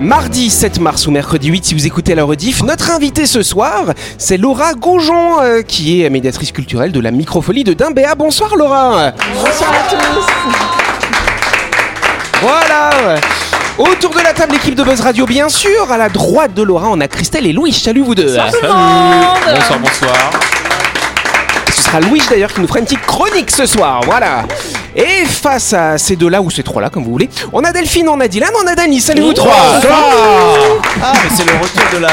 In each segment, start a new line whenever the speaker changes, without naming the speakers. Mardi 7 mars ou mercredi 8, si vous écoutez la rediff, notre invitée ce soir, c'est Laura Goujon, euh, qui est médiatrice culturelle de la microfolie de Dimbéa. Bonsoir Laura
Bonsoir à tous.
Voilà Autour de la table, l'équipe de Buzz Radio, bien sûr. À la droite de Laura, on a Christelle et Louis. Salut vous deux
Monde.
Bonsoir, bonsoir.
Ce sera Louis d'ailleurs qui nous fera une petite chronique ce soir, voilà. Et face à ces deux-là, ou ces trois-là, comme vous voulez, on a Delphine, on a Dylan, on a Dany. Salut vous trois
Ah, mais c'est le retour de la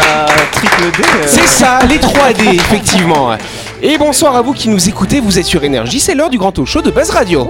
triple D. euh.
C'est ça, les 3D, effectivement. Et bonsoir à vous qui nous écoutez, vous êtes sur Énergie, c'est l'heure du grand talk show de Buzz Radio.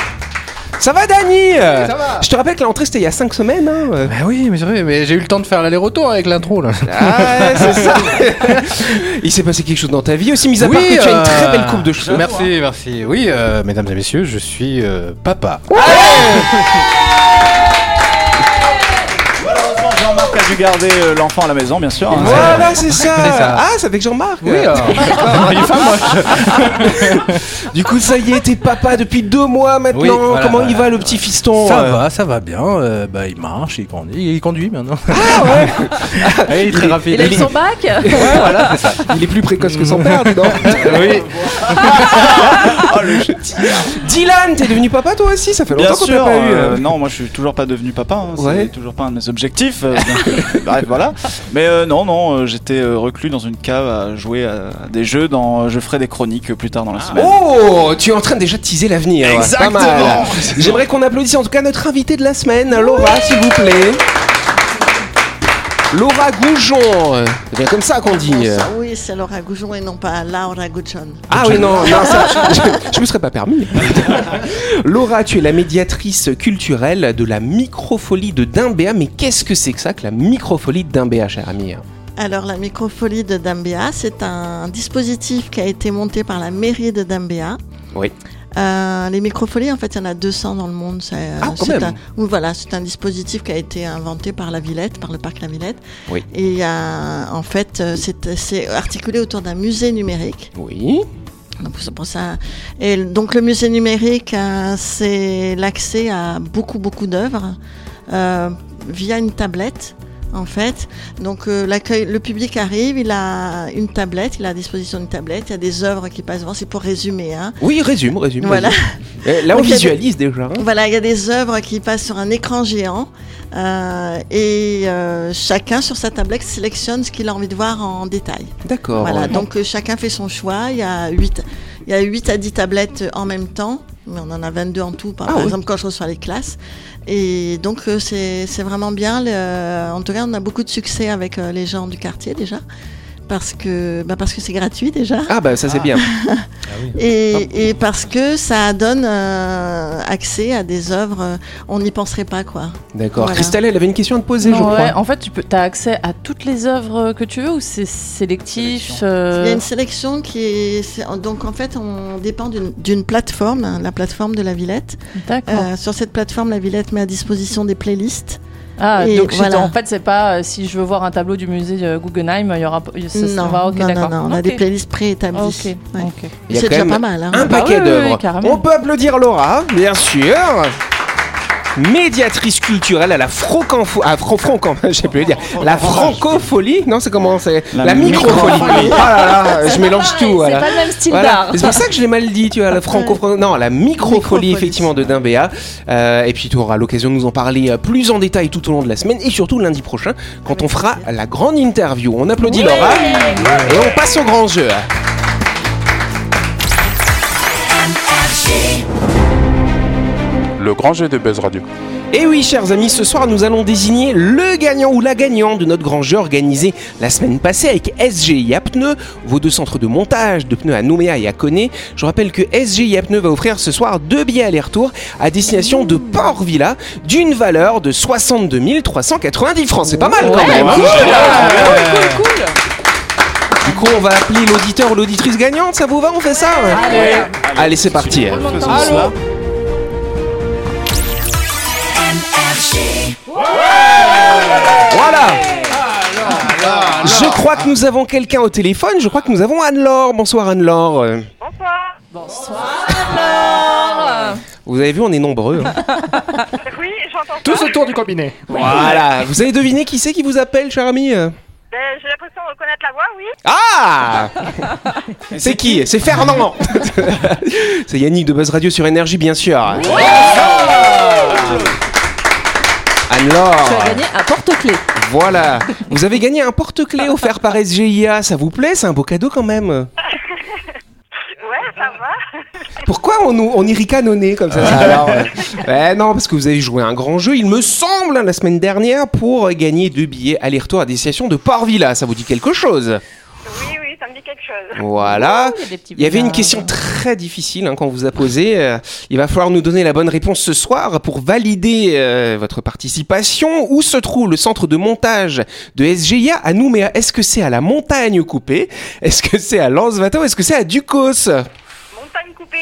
Ça va, Dany Je te rappelle que l'entrée, c'était il y a 5 semaines. hein.
Bah oui, mais c'est vrai, mais j'ai eu le temps de faire l'aller-retour avec l'intro là.
Ah, c'est ça Il s'est passé quelque chose dans ta vie aussi, mis à part que tu as une très belle coupe de cheveux.
euh, Merci, merci. Oui, euh, mesdames et messieurs, je suis euh, papa.
Malheureusement, Jean-Marc a dû garder euh, l'enfant à la maison, bien sûr. hein.
Voilà, c'est ça.
C'est ça.
Ah, c'est avec Jean-Marc
euh,
Du coup, ça y est, t'es papa depuis deux mois maintenant.
Oui, voilà,
Comment il
voilà.
va, le petit fiston
ça
euh
va, ça va bien. euh, bah, il marche, il grandit, il conduit maintenant. Ah ouais Il est très
Il
rapide.
a eu son bac
Il est plus précoce que son père, dis donc.
Oui,
Dylan, t'es devenu papa toi aussi Ça fait
Bien
longtemps qu'on t'a
sûr,
pas eu.
euh,
euh.
non, moi je suis toujours pas devenu papa, hein,
Ouais.
c'est toujours pas un de mes objectifs. euh, donc, bref, voilà. Mais euh, non, non, euh, j'étais euh, reclus dans une cave à jouer à des jeux. Dans, je ferai des chroniques euh, plus tard dans la semaine.
Oh, tu es en train déjà de teaser l'avenir. ouais, pas mal.
Exactement.
J'aimerais qu'on applaudisse en tout cas notre invitée de la semaine, Laura, s'il vous plaît. Laura Goujon, c'est bien comme ça qu'on dit.
Oui, c'est Laura Goujon et non pas Laura Goujon.
Ah oui, non, non, ça, je, je me serais pas permis. Laura, tu es la médiatrice culturelle de la microfolie de Dimbéa. Mais qu'est-ce que c'est que ça que la microfolie de Dimbéa, cher ami
Alors, la microfolie de Dambéa, c'est un dispositif qui a été monté par la mairie de Dambéa.
Oui.
Euh, les microfolies, en fait, il y en a 200 dans le monde. C'est, euh,
Ah, quand
c'est
même.
un, oui, voilà, c'est un dispositif qui a été inventé par la Villette, par le parc La Villette.
Oui.
Et il y a, en fait, euh, c'est, c'est articulé autour d'un musée numérique.
Oui.
Donc, c'est pour ça. Et l- donc le musée numérique, euh, c'est l'accès à beaucoup beaucoup d'œuvres euh, via une tablette. En fait, donc euh, l'accueil, le public arrive, il a une tablette, il a à disposition une tablette, il y a des œuvres qui passent devant. C'est pour résumer, hein.
Oui, résume, résume.
Voilà.
vas-y. Eh, Là, on
Donc, il y a
visualise déjà. hein.
Voilà, il y a des œuvres qui passent sur un écran géant euh, et euh, chacun sur sa tablette sélectionne ce qu'il a envie de voir en détail.
D'accord.
Voilà, donc euh, chacun fait son choix. Il y a 8, il y a 8 à 10 tablettes euh, en même temps. Mais on en a 22 en tout, par,
Ah
par
oui.
exemple, quand je reçois les classes. Et donc, euh, c'est c'est vraiment bien. le- en tout cas, on a beaucoup de succès avec euh, les gens du quartier déjà. Parce que bah, parce que c'est gratuit déjà.
Ah bah ça c'est bien.
Et, et parce que ça donne euh, accès à des œuvres, euh, on n'y penserait pas, quoi.
D'accord.
Voilà.
Christelle, elle avait une question à te poser, je
Non,
crois.
ouais, En fait, tu peux, as accès à toutes les œuvres que tu veux ou c'est sélectif
Sélection.
euh,
Il y a une sélection qui est. c'est- Donc, en fait, on dépend d'une- d'une plateforme, hein, la plateforme de la Villette.
D'accord.
Euh, sur cette plateforme, la Villette met à disposition des playlists.
ah,
et
donc c'est-
voilà.
en fait, c'est pas euh, si je veux voir un tableau du musée euh, Guggenheim, il y aura. ça- ça
non,
va, ok,
non, non,
d'accord.
non, on a
Ok.
des playlists préétablies.
Ok,
Ouais.
ok.
Il y a
C'est
quand
déjà
même
pas mal. hein.
Un paquet
oui, oui,
d'œuvres.
oui, carrément.
On peut applaudir Laura, bien sûr. Médiatrice culturelle à la francanfo... Ah, fran- francan- je sais plus le dire. Oh, La francofolie Non, c'est comment c'est La,
La
microfolie.
microfolie.
Oh là là, je mélange tout. voilà.
C'est pas le même style
Voilà.
d'art.
C'est pour ça que je l'ai mal dit, tu vois, la franco Non, la microfolie,
Microfolie.
effectivement, de Dimbéa. Euh, et puis, tu auras l'occasion de nous en parler euh, plus en détail tout au long de la semaine et surtout lundi prochain quand on fera la grande interview. On applaudit Laura et on passe au grand jeu.
Le grand jeu de Buzz Radio.
Et Eh oui, chers amis, ce soir, nous allons désigner le gagnant ou la gagnante de notre grand jeu organisé la semaine passée avec SGIA Pneus, vos deux centres de montage de pneus à Nouméa et à Coné. Je rappelle que SGIA Pneus va offrir ce soir deux billets aller-retour à destination de Port Villa d'une valeur de 62 390 francs. C'est pas mal quand même. hein. Du coup, on va appeler l'auditeur ou l'auditrice gagnante, ça vous va On fait ça ouais Allez, c'est parti.
Faisons cela.
Voilà Je crois que nous avons quelqu'un au téléphone, je crois que nous avons Anne-Laure. Bonsoir Anne-Laure. Euh,
Alors,
Vous avez vu, on est nombreux. hein.
Oui, j'entends ça.
Tous autour du combiné.
Voilà, vous avez deviné qui c'est qui vous appelle, cher ami
Ben, J'ai l'impression de reconnaître la voix, oui.
Ah C'est qui C'est Fernand C'est Yannick de Buzz Radio sur Énergie, bien sûr.
tu as
Anne-Laure,
gagné un porte-clés.
voilà. Vous avez gagné un porte-clés offert par SGIA, ça vous plaît C'est un beau cadeau quand même.
Ouais, ça va.
Pourquoi on, nous- on y ricane au nez comme ça ça, alors, euh Ouais, Non, parce que vous avez joué un grand jeu, il me semble, hein, la semaine dernière, pour euh, gagner deux billets aller-retour à destination de Port-Villa. Ça vous dit quelque chose
Oui, oui, ça me dit quelque chose.
Voilà.
Il y a des petits euh,
Il y avait une
bonheurs.
question très difficile hein, qu'on vous a posée. Euh, il va falloir nous donner la bonne réponse ce soir pour valider euh, votre participation. Où se trouve le centre de montage de SGIA à Nouméa Est-ce que c'est à la montagne coupée Est-ce que c'est à Lancevato Est-ce que c'est à Ducos
Montagne coupée.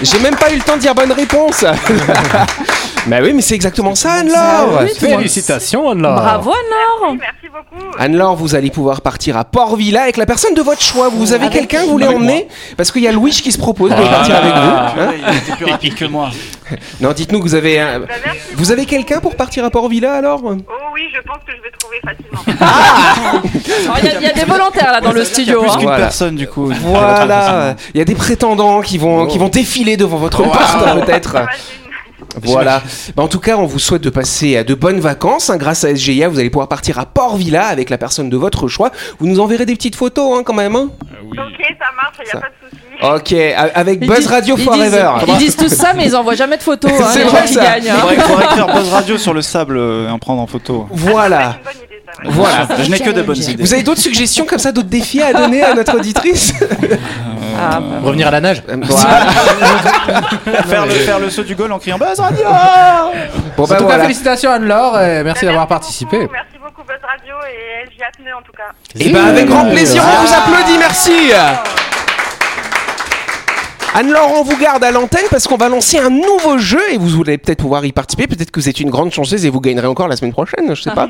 J'ai même pas eu le temps de dire bonne réponse. bah oui, mais c'est exactement ça, Anne-Laure.
Félicitations, Anne-Laure.
Bravo, Anne-Laure.
Oui, merci beaucoup.
Anne-Laure, vous allez pouvoir partir à Port-Villa avec la personne de votre choix. Vous avez quelqu'un que vous voulez emmener Parce qu'il y a Louis qui se propose de partir avec vous. hein.
Ah. Il était plus rapide que moi.
non, dites-nous que vous avez. un-
Ben, merci.
Vous avez quelqu'un pour partir à Port-Villa alors
Oh oui, je pense que je vais trouver facilement.
Oh, Il y, a- il y a des volontaires là dans le studio.
Plus
hein.
qu'une
Voilà.
personne, du coup.
Voilà, il y a des prétendants qui vont, qui vont défiler devant votre porte peut-être.
J'imagine.
Voilà. Bah, en tout cas, on vous souhaite de passer à de bonnes vacances. hein. Grâce à SGIA, vous allez pouvoir partir à Port-Villa avec la personne de votre choix. Vous nous enverrez des petites photos hein, quand même. hein.
Ok, ça marche, il n'y
Ça- Oh,
a pas de souci.
Ok, a- avec
Ils
Buzz
disent-
Radio
ils
Forever.
disent- Ils disent tout ça, mais ils envoient jamais de photos. hein,
C'est
les
vrai,
gens qui
ça.
gagnent.
Il
hein.
faudrait, faudrait faire Buzz Radio sur le sable euh, et en prendre en photo.
C'est
Voilà.
une bonne idée, ça. ouais.
Voilà.
Je n'ai que de bonnes idées.
Vous avez d'autres suggestions comme ça, d'autres défis à donner à notre auditrice
Ah,
Revenir à la nage.
Voilà.
faire, le, faire le saut du goal en criant Buzz Radio
Bon,
en
bah
tout cas,
voilà.
félicitations, Anne-Laure. et merci d'avoir participé.
beaucoup, Bah, merci beaucoup, Buzz Radio et j'y attendais en tout cas.
Et ben avec grand plaisir, on vous applaudit, merci Anne-Laure, on vous garde à l'antenne parce qu'on va lancer un nouveau jeu et vous allez peut-être pouvoir y participer. Peut-être que vous êtes une grande chanceuse et vous gagnerez encore la semaine prochaine, je sais pas.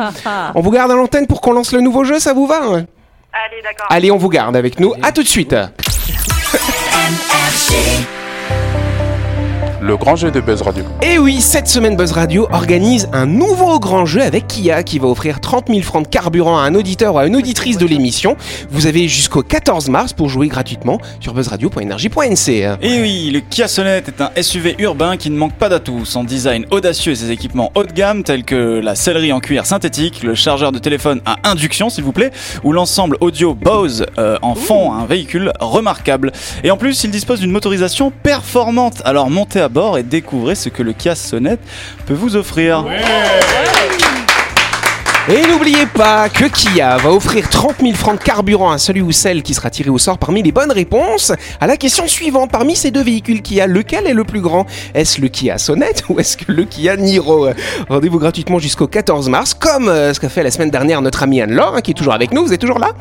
on vous garde à l'antenne pour qu'on lance le nouveau jeu, ça vous va hein
Allez, d'accord.
Allez, on vous garde avec nous. À tout de suite.
Le grand jeu de Buzz Radio.
Et Eh oui, cette semaine Buzz Radio organise un nouveau grand jeu avec Kia qui va offrir 30 000 francs de carburant à un auditeur ou à une auditrice de l'émission. Vous avez jusqu'au 14 mars pour jouer gratuitement sur buzzradio.energie.nc.
Et oui, le Kia Sonet est un SUV urbain qui ne manque pas d'atouts. Son design audacieux et ses équipements haut de gamme tels que la sellerie en cuir synthétique, le chargeur de téléphone à induction s'il vous plaît, ou l'ensemble audio Bose euh, en font un véhicule remarquable. Et en plus, il dispose d'une motorisation performante. Alors montez à bord et découvrez ce que le Kia Sonet peut vous offrir.
Et n'oubliez pas que Kia va offrir 30 000 francs de carburant à celui ou celle qui sera tiré au sort parmi les bonnes réponses à la question suivante. Parmi ces deux véhicules Kia, lequel est le plus grand Est-ce le Kia Sonnette ou est-ce que le Kia Niro Rendez-vous gratuitement jusqu'au 14 mars, comme euh, ce qu'a fait la semaine dernière notre amie Anne-Laure, hein, qui est toujours avec nous. Vous êtes toujours là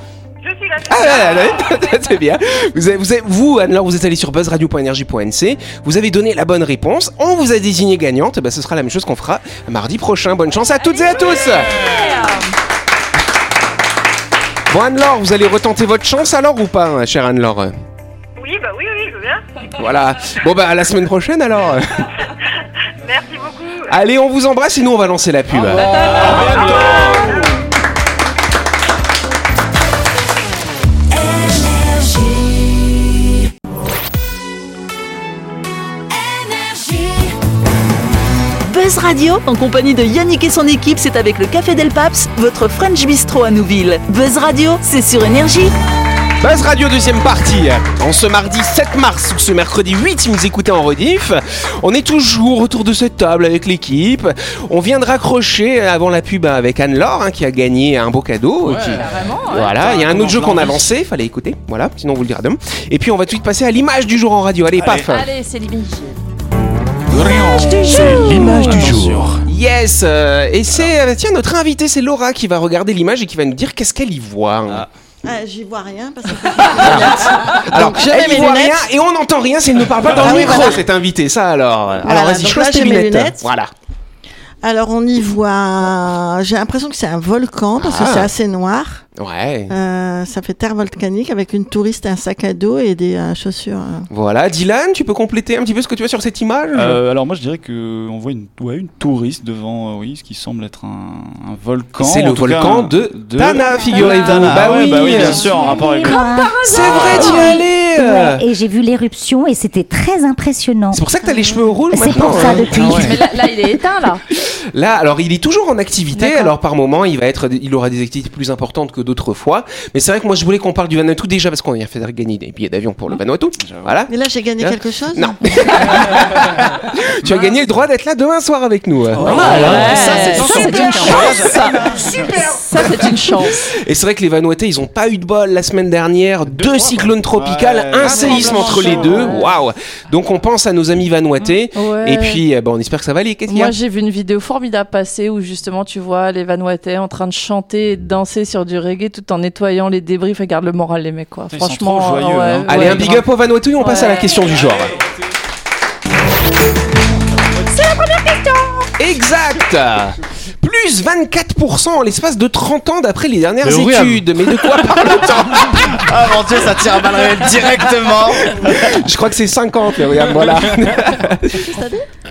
Je suis là. je suis
Ah,
là.
là, là, là, c'est bien. Vous, avez- vous, avez- vous, Anne-Laure, vous êtes allé sur buzzradio.energie.nc, vous avez donné la bonne réponse, on vous a désigné gagnante, et ben, ce sera la même chose qu'on fera mardi prochain. Bonne chance à toutes et à tous Bon Anne-Laure, vous allez retenter votre chance alors ou pas, hein, chère Anne-Laure
Oui, bah oui, oui, je veux bien.
Voilà. Bon bah à la semaine prochaine alors.
Merci beaucoup.
Allez, on vous embrasse et nous on va lancer la pub.
Buzz Radio, en compagnie de Yannick et son équipe, c'est avec le Café Del Paps, votre French Bistro à Nouville. Buzz Radio, c'est sur énergie.
Buzz Radio deuxième partie. En ce mardi 7 mars ou ce mercredi 8, si vous écoutez en rediff, on est toujours autour de cette table avec l'équipe. On vient de raccrocher avant la pub avec Anne-Laure hein, qui a gagné un beau cadeau. euh, qui- Voilà, il y a un autre jeu qu'on a lancé, fallait écouter. Voilà, sinon on vous le dira demain. Et puis on va tout de suite passer à l'image du jour en radio. Allez,
Allez.
paf.
Allez, c'est limite.
C'est l'image du jour.
Yes. euh, et c'est euh, tiens notre invitée, c'est Laura qui va regarder l'image et qui va nous dire qu'est-ce qu'elle y voit. hein.
Ah.
Ah, J'y vois rien parce que
Alors,
Donc, je mets
elle n'y
mes
voit rien
lunettes.
et on n'entend rien si elle ne parle pas dans
Ah
le
oui,
micro,
voilà.
cette invitée. Ça alors. alors vas-y,
donc
choisis tes
là, j'ai mes
lunettes.
lunettes.
Voilà.
Alors on y voit, j'ai l'impression que c'est un volcan parce
Ah.
que c'est assez noir.
Ouais.
Euh, ça fait terre volcanique avec une touriste, un sac à dos et des euh, chaussures. euh.
Voilà, Dylan, tu peux compléter un petit peu ce que tu vois sur cette image
Euh, alors moi je dirais que on voit une, ouais, une touriste devant euh, oui, ce qui semble être un, un volcan.
C'est le
en tout
volcan
cas,
de
de
Tana, figurez-vous.
Tana,
Bah
ouais,
oui.
bah oui, bien sûr, en rapport avec le-
C'est vrai, tu y
Ouais.
allais.
Ouais,
euh.
et j'ai vu l'éruption et c'était très impressionnant.
C'est pour ça que t'as les cheveux rouges
C'est
maintenant.
pour ça
hein.
depuis.
Ah ouais.
Mais là, là, il est éteint, là.
Là, alors il est toujours en activité.
D'accord.
Alors par moment, il va être, il aura des activités plus importantes que d'autres fois. Mais c'est vrai que moi, je voulais qu'on parle du Vanuatu déjà parce qu'on vient faire gagner des billets d'avion pour le Vanuatu. Voilà.
Mais là j'ai gagné
Hein
quelque chose
Non. tu as gagné le droit d'être là demain soir avec nous. hein.
Ouais.
Ça, c'est
Ça,
une
c'est une chance. Ça, c'est une chance.
Et c'est vrai que les Vanuatais, ils ont pas eu de bol la semaine dernière. Deux, cyclones tropicales,
Ouais.
un
Ah,
séisme
tremblement
entre
de
les
terre,
deux.
ouais.
Waouh. Donc on pense à nos amis Vanuatais.
Ouais.
Et puis, eh ben, on espère que ça va aller. Qu'est-ce qu'il y a
Moi, j'ai vu une vidéo formidable passer où justement tu vois les Vanuatais en train de chanter et de danser sur du reggae tout en nettoyant les débris. Enfin, Garde le moral, les mecs, quoi.
Ils sont
Franchement,
trop joyeux,
ouais,
hein.
Allez,
ouais,
un big
grave.
up au Vanuatu et on passe à la
Ouais.
question du genre. Exact Plus 24% en l'espace de 30 ans d'après les dernières
Mais oui,
études. Mais de quoi parle-t-on
Ah mon dieu, ça tire à balles réelles directement.
Je crois que c'est 50, mais regarde, voilà.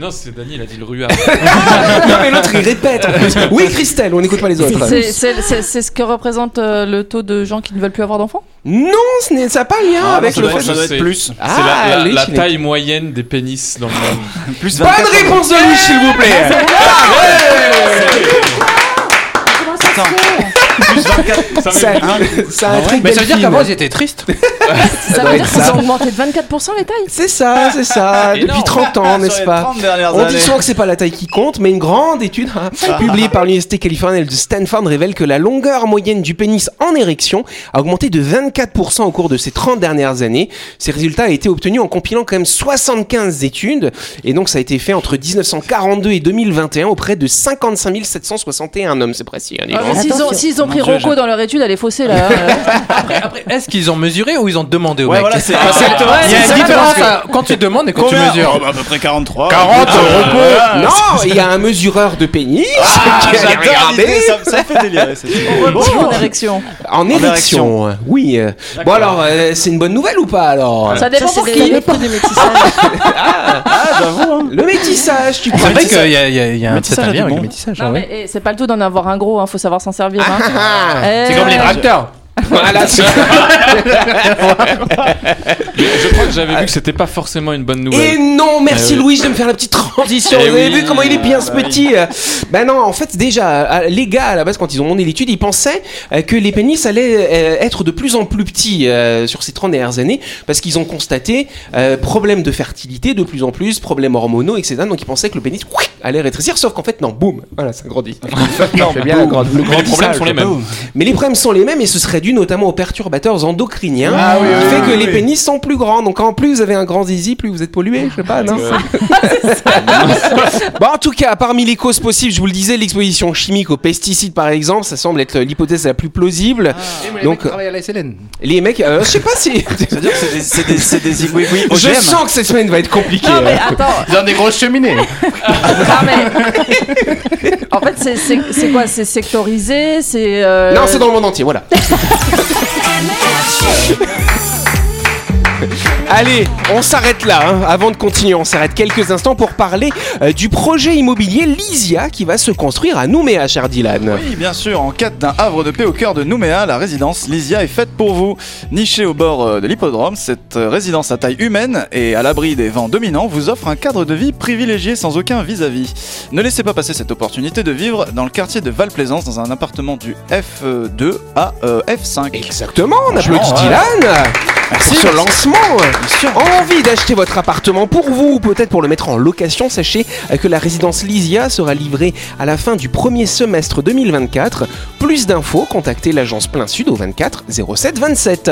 Non, c'est Dany, il a dit le ruard.
non, mais l'autre, il répète. en plus. Oui, Christelle, on n'écoute pas les autres.
C'est- C'est c'est- c'est ce que représente euh, le taux de gens qui ne veulent plus avoir d'enfants
Non, ce n'est- ça n'a pas
Ah,
lien avec
ça
le
doit être-
fait...
ça doit être plus.
Ah,
c'est la, la-
les
la
Chinois.
taille moyenne des pénis dans le monde.
Plus
Bonne
24
réponse de Louis, s'il vous plaît
Attends. Plus 24
Ça
Ça,
m'est-
ça a un truc
Ah Mais
belle
ça veut dire
fille.
qu'avant, ils étaient tristes.
Ça
doit
veut
être
dire qu'ils
ça.
ont augmenté de 24% les tailles
C'est ça, c'est ça, depuis
Énorme.
30 ans, n'est-ce pas
Sur les 30 dernières
On dit
années. Ah.
souvent que c'est pas la taille qui compte, mais une grande étude hein, publiée par l'université californienne de Stanford révèle que la longueur moyenne du pénis en érection a augmenté de 24% au cours de ces 30 dernières années. Ces résultats ont été obtenus en compilant quand même 75 études, et donc ça a été fait entre 1942 et 2021 auprès de 55 761 hommes, c'est précis. hein, dis
Ah,
donc.
mais S'ils ont,
Attention.
s'ils ont pris
Mon Dieu,
Rocco
j'ai-
dans leur étude, elle est faussée là.
Après,
Est-ce qu'ils ont mesuré ou ils ont demandé au
Ouais,
mec
voilà, c'est
Ah, c'est-
exactement.
Il y a
c'est
une
ça,
différence
parce que-
à- quand tu demandes et quand tu
Combien
mesures.
Oh, bah, À peu près 43.
repos.
non, il y a un mesureur de pénis
Ah,
qui a
j'adore
regardé.
l'idée, ça, ça fait délirer. c'est- Bon.
en érection.
en érection.
érection. Ah,
Oui. euh. Bon alors, euh, c'est une bonne nouvelle ou pas alors
Ça
Ça
dépend
c'est
pour
les
qui.
les fruits du métissage.
Le métissage, tu
C'est
prends.
vrai qu'il y a, il y a- il y a un
Métissage
certain
a du
lien avec
bon.
le métissage.
Non,
ah ouais.
mais eh, c'est pas le tout d'en avoir un gros, hein, faut savoir s'en servir. hein. Eh,
C'est comme les
ouais.
tracteurs.
Voilà, c'est-
mais je crois que j'avais vu que c'était pas forcément une bonne
Et
nouvelle.
non, merci
Eh oui.
Louis de me faire la petite transition.
Eh
Vous avez
oui.
vu comment il est bien ce petit euh, Ben non, en fait déjà, euh, les gars à la base quand ils ont monté l'étude, ils pensaient euh, que les pénis allaient euh, être de plus en plus petits euh, sur ces 30 dernières années parce qu'ils ont constaté euh, problème de fertilité de plus en plus, problèmes hormonaux, etc. Donc ils pensaient que le pénis ouic, allait rétrécir, sauf qu'en fait non, boum, voilà, ça grandit.
Non,
C'est bien la grande- le
Mais les problèmes
grandissage.
sont les mêmes.
Mais les problèmes sont les mêmes et ce serait dû notamment aux perturbateurs endocriniens
Ah oui,
qui
oui,
fait
oui,
que
oui.
les pénis sont plus grands. Donc en plus vous avez un grand zizi, plus vous êtes pollué, je sais pas, non Ah, Bon, en tout cas, parmi les causes possibles, je vous le disais, l'exposition chimique aux pesticides par exemple, ça semble être l'hypothèse la plus plausible.
Ah.
Donc euh,
à la SLN.
les mecs, euh, je sais pas si
C'est-à-dire que c'est des- c'est des- c'est des igouigouis
je
OGM.
sens que cette semaine va être compliquée. hein.
Non, mais attends,
Ils ont des grosses cheminées.
non, mais- En fait, c'est- c'est c'est quoi C'est sectorisé C'est. euh,
Non, c'est dans le monde entier, voilà. Allez, on s'arrête là. hein. Avant de continuer, on s'arrête quelques instants pour parler euh, du projet immobilier Lysia qui va se construire à Nouméa, cher Dylan.
Oui, bien sûr, en quête d'un havre de paix au cœur de Nouméa, la résidence Lysia est faite pour vous. Nichée au bord euh, de l'hippodrome, cette euh, résidence à taille humaine et à l'abri des vents dominants vous offre un cadre de vie privilégié sans aucun vis-à-vis. Ne laissez pas passer cette opportunité de vivre dans le quartier de Val-Plaisance dans un appartement du F2 à euh, F5.
Exactement, on applaudit
Franchement,
Dylan
Merci,
pour ce
merci.
lancement.
Bien sûr.
Envie d'acheter votre appartement pour vous ou peut-être pour le mettre en location, sachez euh, que la résidence Lysia sera livrée à la fin du premier semestre 2024. Plus d'infos, contactez l'agence Plein Sud au 24 07 27.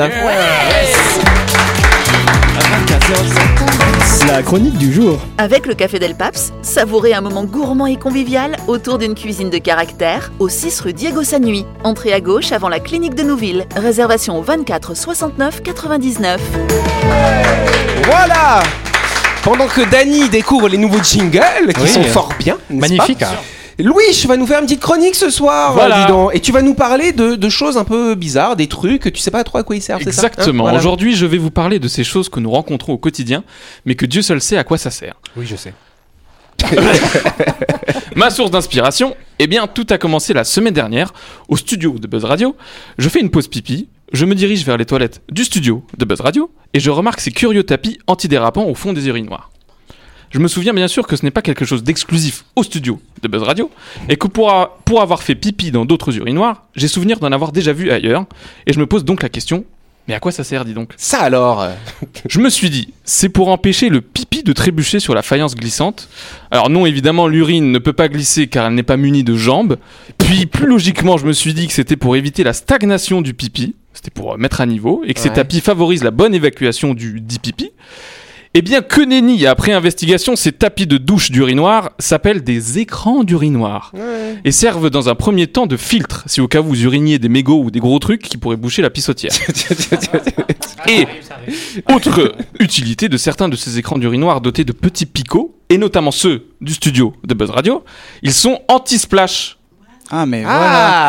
La chronique du jour.
Avec le Café Del Paps, savourez un moment gourmand et convivial autour d'une cuisine de caractère au 6 rue Diego Sanui. Entrée à gauche avant la clinique de Nouville. Réservation au 24 69 99.
Voilà pendant que Dany découvre les nouveaux jingles qui
Oui.
sont fort bien, n'est-ce pas
Magnifique. hein.
Louis, tu vas nous faire une petite chronique ce soir,
Voilà.
dis donc. Et tu vas nous parler de, de choses un peu bizarres, des trucs, que tu sais pas trop à quoi ils servent, c'est ça Hein
Exactement.
Voilà.
Aujourd'hui, je vais vous parler de ces choses que nous rencontrons au quotidien, mais que Dieu seul sait à quoi ça sert.
Oui, je sais.
Ma source d'inspiration, eh bien, tout a commencé la semaine dernière au studio de Buzz Radio. Je fais une pause pipi, je me dirige vers les toilettes du studio de Buzz Radio et je remarque ces curieux tapis antidérapants au fond des urinoirs. Je me souviens bien sûr que ce n'est pas quelque chose d'exclusif au studio de Buzz Radio et que pour, a- pour avoir fait pipi dans d'autres urinoirs, j'ai souvenir d'en avoir déjà vu ailleurs et je me pose donc la question mais à quoi ça sert, dis donc
Ça alors euh,
je me suis dit, c'est pour empêcher le pipi de trébucher sur la faïence glissante. Alors non, évidemment, l'urine ne peut pas glisser car elle n'est pas munie de jambes. Puis, plus logiquement, je me suis dit que c'était pour éviter la stagnation du pipi. C'était pour euh, mettre à niveau et que ces
Ouais.
tapis favorisent la bonne évacuation du dit pipi. Eh bien, que nenni, après investigation, ces tapis de douche d'urinoir s'appellent des écrans d'urinoir et servent dans un premier temps de filtre si au cas où vous uriniez des mégots ou des gros trucs qui pourraient boucher la pissotière. et autre utilité de certains de ces écrans d'urinoir dotés de petits picots, et notamment ceux du studio de Buzz Radio, ils sont anti-splash.
Ah, mais voilà.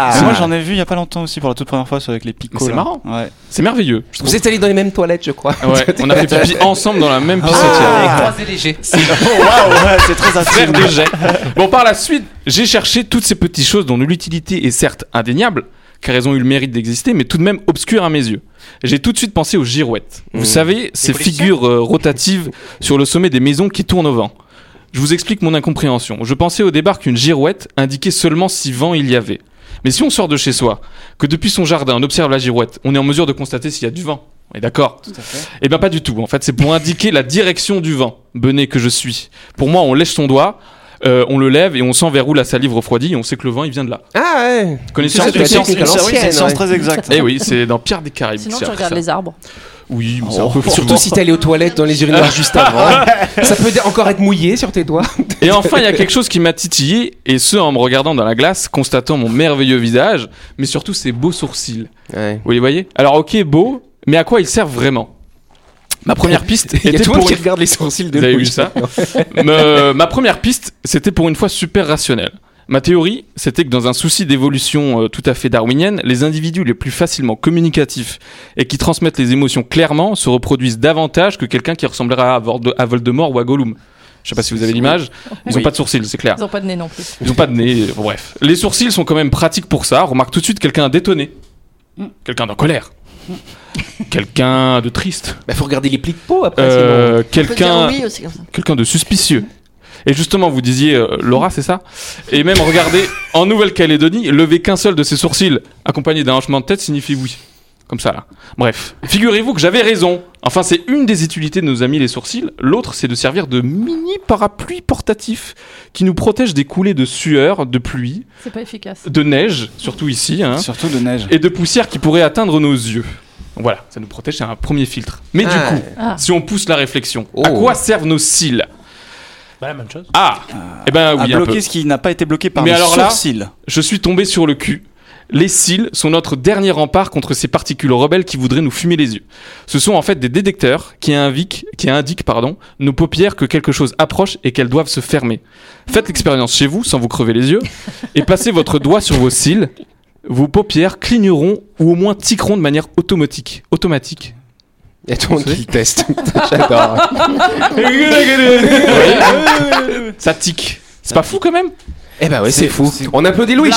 Ah
Mais moi j'en ai vu il y a pas longtemps aussi pour la toute première fois c'est avec les picots.
C'est
là.
marrant.
Ouais.
C'est merveilleux. je trouve.
Vous êtes allés dans les mêmes toilettes, je crois.
Ouais, on a fait pipi ensemble dans la même pissotière.
Ah.
léger.
ouais, Ah, c'est très
Faire
intime.
des jets. Bon, par la suite, j'ai cherché toutes ces petites choses dont l'utilité est certes indéniable, car elles ont eu le mérite d'exister, mais tout de même obscures à mes yeux. J'ai tout de suite pensé aux girouettes. Vous savez, ces figures euh, rotatives sur le sommet des maisons qui tournent au vent. Je vous explique mon incompréhension. Je pensais au départ qu'une girouette indiquait seulement si vent il y avait. Mais si on sort de chez soi, que depuis son jardin on observe la girouette, on est en mesure de constater s'il y a du vent. On est d'accord Eh bien pas du tout. En fait, c'est pour indiquer la direction du vent. Benet que je suis. Pour moi, on lèche son doigt, euh, on le lève et on sent vers où la salive refroidit. Et on sait que le vent il vient de là.
Ah ouais
Vous connaissez
C'est
cette
ça, la
science
technique à
C'est oui, c'est
l'ancienne,
une science
ouais.
très exacte.
Eh oui, c'est dans Pierre des Caraïbes.
Sinon,
que
tu
c'est
regardes
après
les
ça.
arbres.
Oui, mais c'est un peu
Oh, Surtout si t'es allé aux toilettes dans les urinoirs juste avant. Ça peut encore être mouillé sur tes doigts.
Et enfin, il y a quelque chose qui m'a titillé, et ce en me regardant dans la glace, constatant mon merveilleux visage, mais surtout ces beaux sourcils.
Ouais.
Vous les voyez Alors, ok, beau, mais à quoi ils servent vraiment Ma première piste
Il y
était
a tout le monde
pour
qui
une...
regarde les sourcils de
Vous avez
Louis.
vu ça Me- Ma première piste, c'était pour une fois super rationnelle. Ma théorie, c'était que dans un souci d'évolution euh, tout à fait darwinienne, les individus les plus facilement communicatifs et qui transmettent les émotions clairement se reproduisent davantage que quelqu'un qui ressemblerait à Vorde- à Voldemort ou à Gollum. Je sais pas si vous avez l'image. Ils ont
Oui.
pas de sourcils, c'est clair.
Ils n'ont pas de nez non plus.
Ils ont pas de nez, euh, bref. Les sourcils sont quand même pratiques pour ça. Remarque tout de suite quelqu'un détonné. Quelqu'un en colère. Quelqu'un de triste.
Bah faut regarder les plis de peau après. sinon.
Euh,
On peut dire
quelqu'un
oui aussi comme ça.
quelqu'un de suspicieux. Et justement, vous disiez euh, Laura, c'est ça Et même regardez, en Nouvelle-Calédonie, lever qu'un seul de ses sourcils accompagné d'un hochement de tête signifie oui. Comme ça, là. Bref. Figurez-vous que j'avais raison. Enfin, c'est une des utilités de nos amis les sourcils. L'autre, c'est de servir de mini parapluie portatif qui nous protège des coulées de sueur, de pluie,
C'est pas efficace.
de neige, surtout ici, hein,
Surtout de neige.
et de poussière qui pourrait atteindre nos yeux. Voilà, ça nous protège, c'est un premier filtre. Mais du
Ah.
coup,
Ah.
si on pousse la réflexion, à
Oh.
quoi servent nos cils
Bah, la même chose.
ah, eh ben
à
oui, un
bloquer
peu.
ce qui n'a pas été bloqué par
Mais
les
alors là-
sourcils.
Je suis tombé sur le cul. Les cils sont notre dernier rempart contre ces particules rebelles qui voudraient nous fumer les yeux. Ce sont en fait des détecteurs qui indiquent, qui indiquent pardon, nos paupières que quelque chose approche et qu'elles doivent se fermer. Faites l'expérience chez vous sans vous crever les yeux et passez votre doigt sur vos cils. Vos paupières cligneront ou au moins tiqueront de manière automatique. automatique.
Il y a tout le monde qui le teste. J'adore.
Ça tique. C'est pas fou quand même
Eh ben ouais, c'est
C'est-
fou.
c'est-
On applaudit Louis.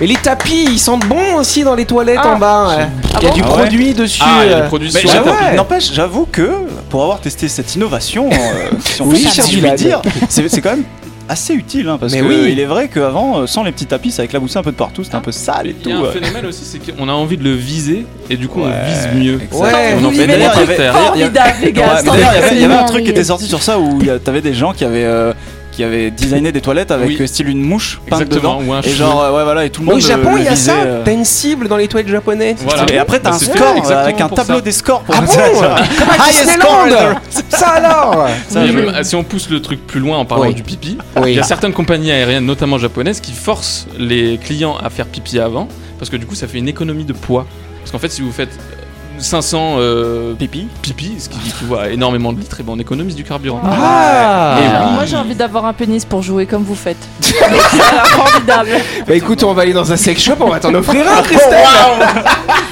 Et les tapis, ils sentent bon aussi dans les toilettes
Ah.
en bas. ouais. Il y a du
Ah ouais.
produit dessus.
Ah, il y a
euh.
des produits
Mais
sur la
j'avoue-
table.
ouais.
j'avoue- N'empêche, j'avoue que pour avoir testé cette innovation, euh, si on
Oui,
peut-
cher
si je puis
Dylan.
dire, c'est c'est quand même assez utile hein, parce
Mais
que
oui.
il est vrai qu'avant, euh, sans les petits tapis, ça éclaboussait un peu de partout, c'était un peu sale et tout.
Il y a
euh.
un phénomène aussi, c'est qu'on a envie de le viser et du coup
Ouais,
on vise mieux.
Ouais.
On en
Vous
fait
vivez
des
les
trucs
trucs
terre.
formidables, les gars.
Ouais, mais d'ailleurs, il y avait- il y avait un
Absolument
truc qui
merveilleux.
était sorti sur ça où il y a- t'avais des gens qui avaient, euh, qui avaient designé des toilettes avec
Oui.
euh, style une mouche peinte
Exactement,
dedans.
ou un
Et
cheveu.
genre, euh, ouais, voilà, et tout le monde.
Au Japon,
euh,
il y a
visait,
ça.
euh,
T'as une cible dans les toilettes japonaises.
Voilà.
Et après, t'as un
Bah, c'est fait
score euh,
exactement
avec un
pour
tableau
ça.
des scores pour
Ah bon
ça, ça.
Comme à
Highest score
Disneyland
ever.
Ça alors
Ça,
Il y a
je-
même- si on pousse le truc plus loin en parlant
Oui.
du pipi,
Oui.
il y a certaines compagnies aériennes, notamment japonaises, qui forcent les clients à faire pipi avant parce que du coup ça fait une économie de poids. Parce qu'en fait, si vous faites euh, 500 euh,
Pipi.
pipi, ce qui équivaut à énormément de litres, et ben on économise du carburant.
Ah
Et
Moi j'ai envie d'avoir un pénis pour jouer comme vous faites. C'est formidable.
Bah écoute, on va aller dans un sex shop, on va t'en offrir un, Christelle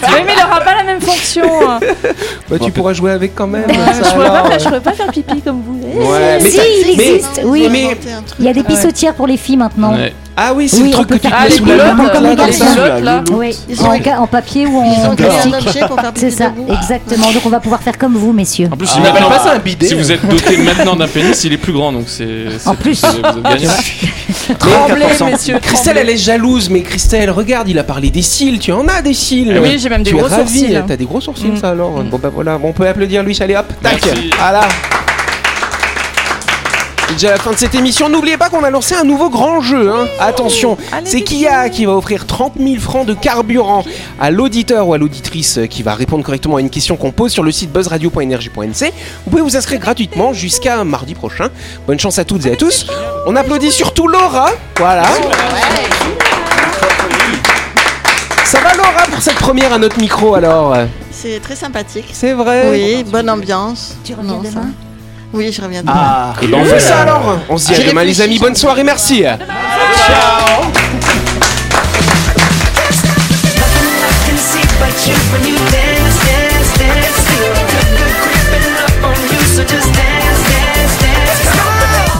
Oui, mais il aura pas la même fonction. hein.
Bah tu pourras jouer avec quand même.
Euh,
ça
je, pourrais
alors.
pas, je pourrais pas faire pipi comme vous. Eh,
Ouais, mais
si,
t'as-
il
mais-
existe, oui.
mais-
Il y a des pissotières pour les filles maintenant.
Ouais.
Ah oui, c'est
Oui,
le truc
on
que
peut
tu
faire-
te
Ah,
mets
les
sous la
culottes,
lampe, là,
là,
comme
les
ça.
culottes, là.
Oui,
Ils ont-
en, ca- en papier ou
Ils ont
en
créé un
plastique.
objet pour faire
C'est
pipi
ça,
debout.
exactement. Donc on va pouvoir faire comme vous, messieurs.
En plus,
Tu
si,
m'appelles
maintenant-
pas ça un bidet hein.
si vous êtes doté maintenant d'un pénis, il est plus grand donc c'est. c'est- euh,
En plus.
vous êtes gagnant.
Tremblez, messieurs.
Christelle, elle est jalouse, mais Christelle, regarde, il a parlé des cils, tu en as des cils
tremblez. Ah Oui, j'ai même des
Tu es
gros
ravie,
sourcils.
t'as des gros sourcils
Mm.
ça alors.
Mm.
Bon bah voilà, Bon, on peut applaudir Louis, allez hop, tac,
Merci.
voilà. C'est déjà la fin de cette émission. N'oubliez pas qu'on a lancé un nouveau grand jeu. hein. Attention, c'est Kia qui va offrir 30 000 francs de carburant à l'auditeur ou à l'auditrice qui va répondre correctement à une question qu'on pose sur le site buzzradio.energie.nc. Vous pouvez vous inscrire gratuitement jusqu'à mardi prochain. Bonne chance à toutes et à tous. On applaudit surtout Laura. Voilà. Ça va Laura pour cette première à notre micro alors
C'est très sympathique.
C'est vrai
Oui, bonne ambiance.
Tu reviens
Non, ça-
demain
Oui, je reviens demain.
Ah.
Eh ben, On fait ça alors On se dit à
J'ai
demain les
réfléchi.
amis, bonne soirée, merci